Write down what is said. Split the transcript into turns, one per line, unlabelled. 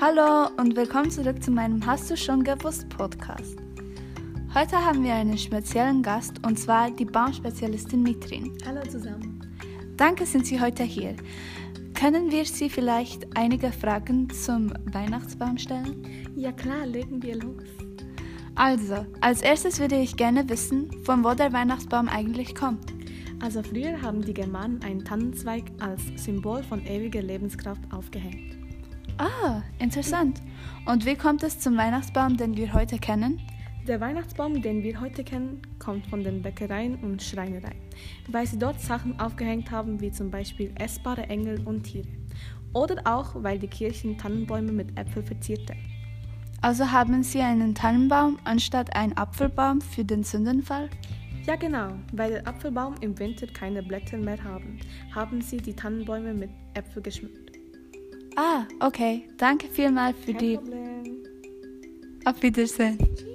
Hallo und willkommen zurück zu meinem Hast du schon gewusst Podcast. Heute haben wir einen speziellen Gast und zwar die Baumspezialistin Mitrin.
Hallo zusammen.
Danke sind Sie heute hier. Können wir Sie vielleicht einige Fragen zum Weihnachtsbaum stellen?
Ja klar, legen wir los.
Also, als erstes würde ich gerne wissen, von wo der Weihnachtsbaum eigentlich kommt.
Also früher haben die Germanen einen Tannenzweig als Symbol von ewiger Lebenskraft aufgehängt.
Ah, interessant. Und wie kommt es zum Weihnachtsbaum, den wir heute kennen?
Der Weihnachtsbaum, den wir heute kennen, kommt von den Bäckereien und Schreinereien, weil sie dort Sachen aufgehängt haben, wie zum Beispiel essbare Engel und Tiere. Oder auch, weil die Kirchen Tannenbäume mit Äpfel verzierten.
Also haben Sie einen Tannenbaum anstatt einen Apfelbaum für den Sündenfall?
Ja genau, weil der Apfelbaum im Winter keine Blätter mehr haben, haben sie die Tannenbäume mit Äpfel geschmückt.
Ah, okay. Danke vielmals für
Kein
die.
Problem.
Auf Wiedersehen.
Tschüss.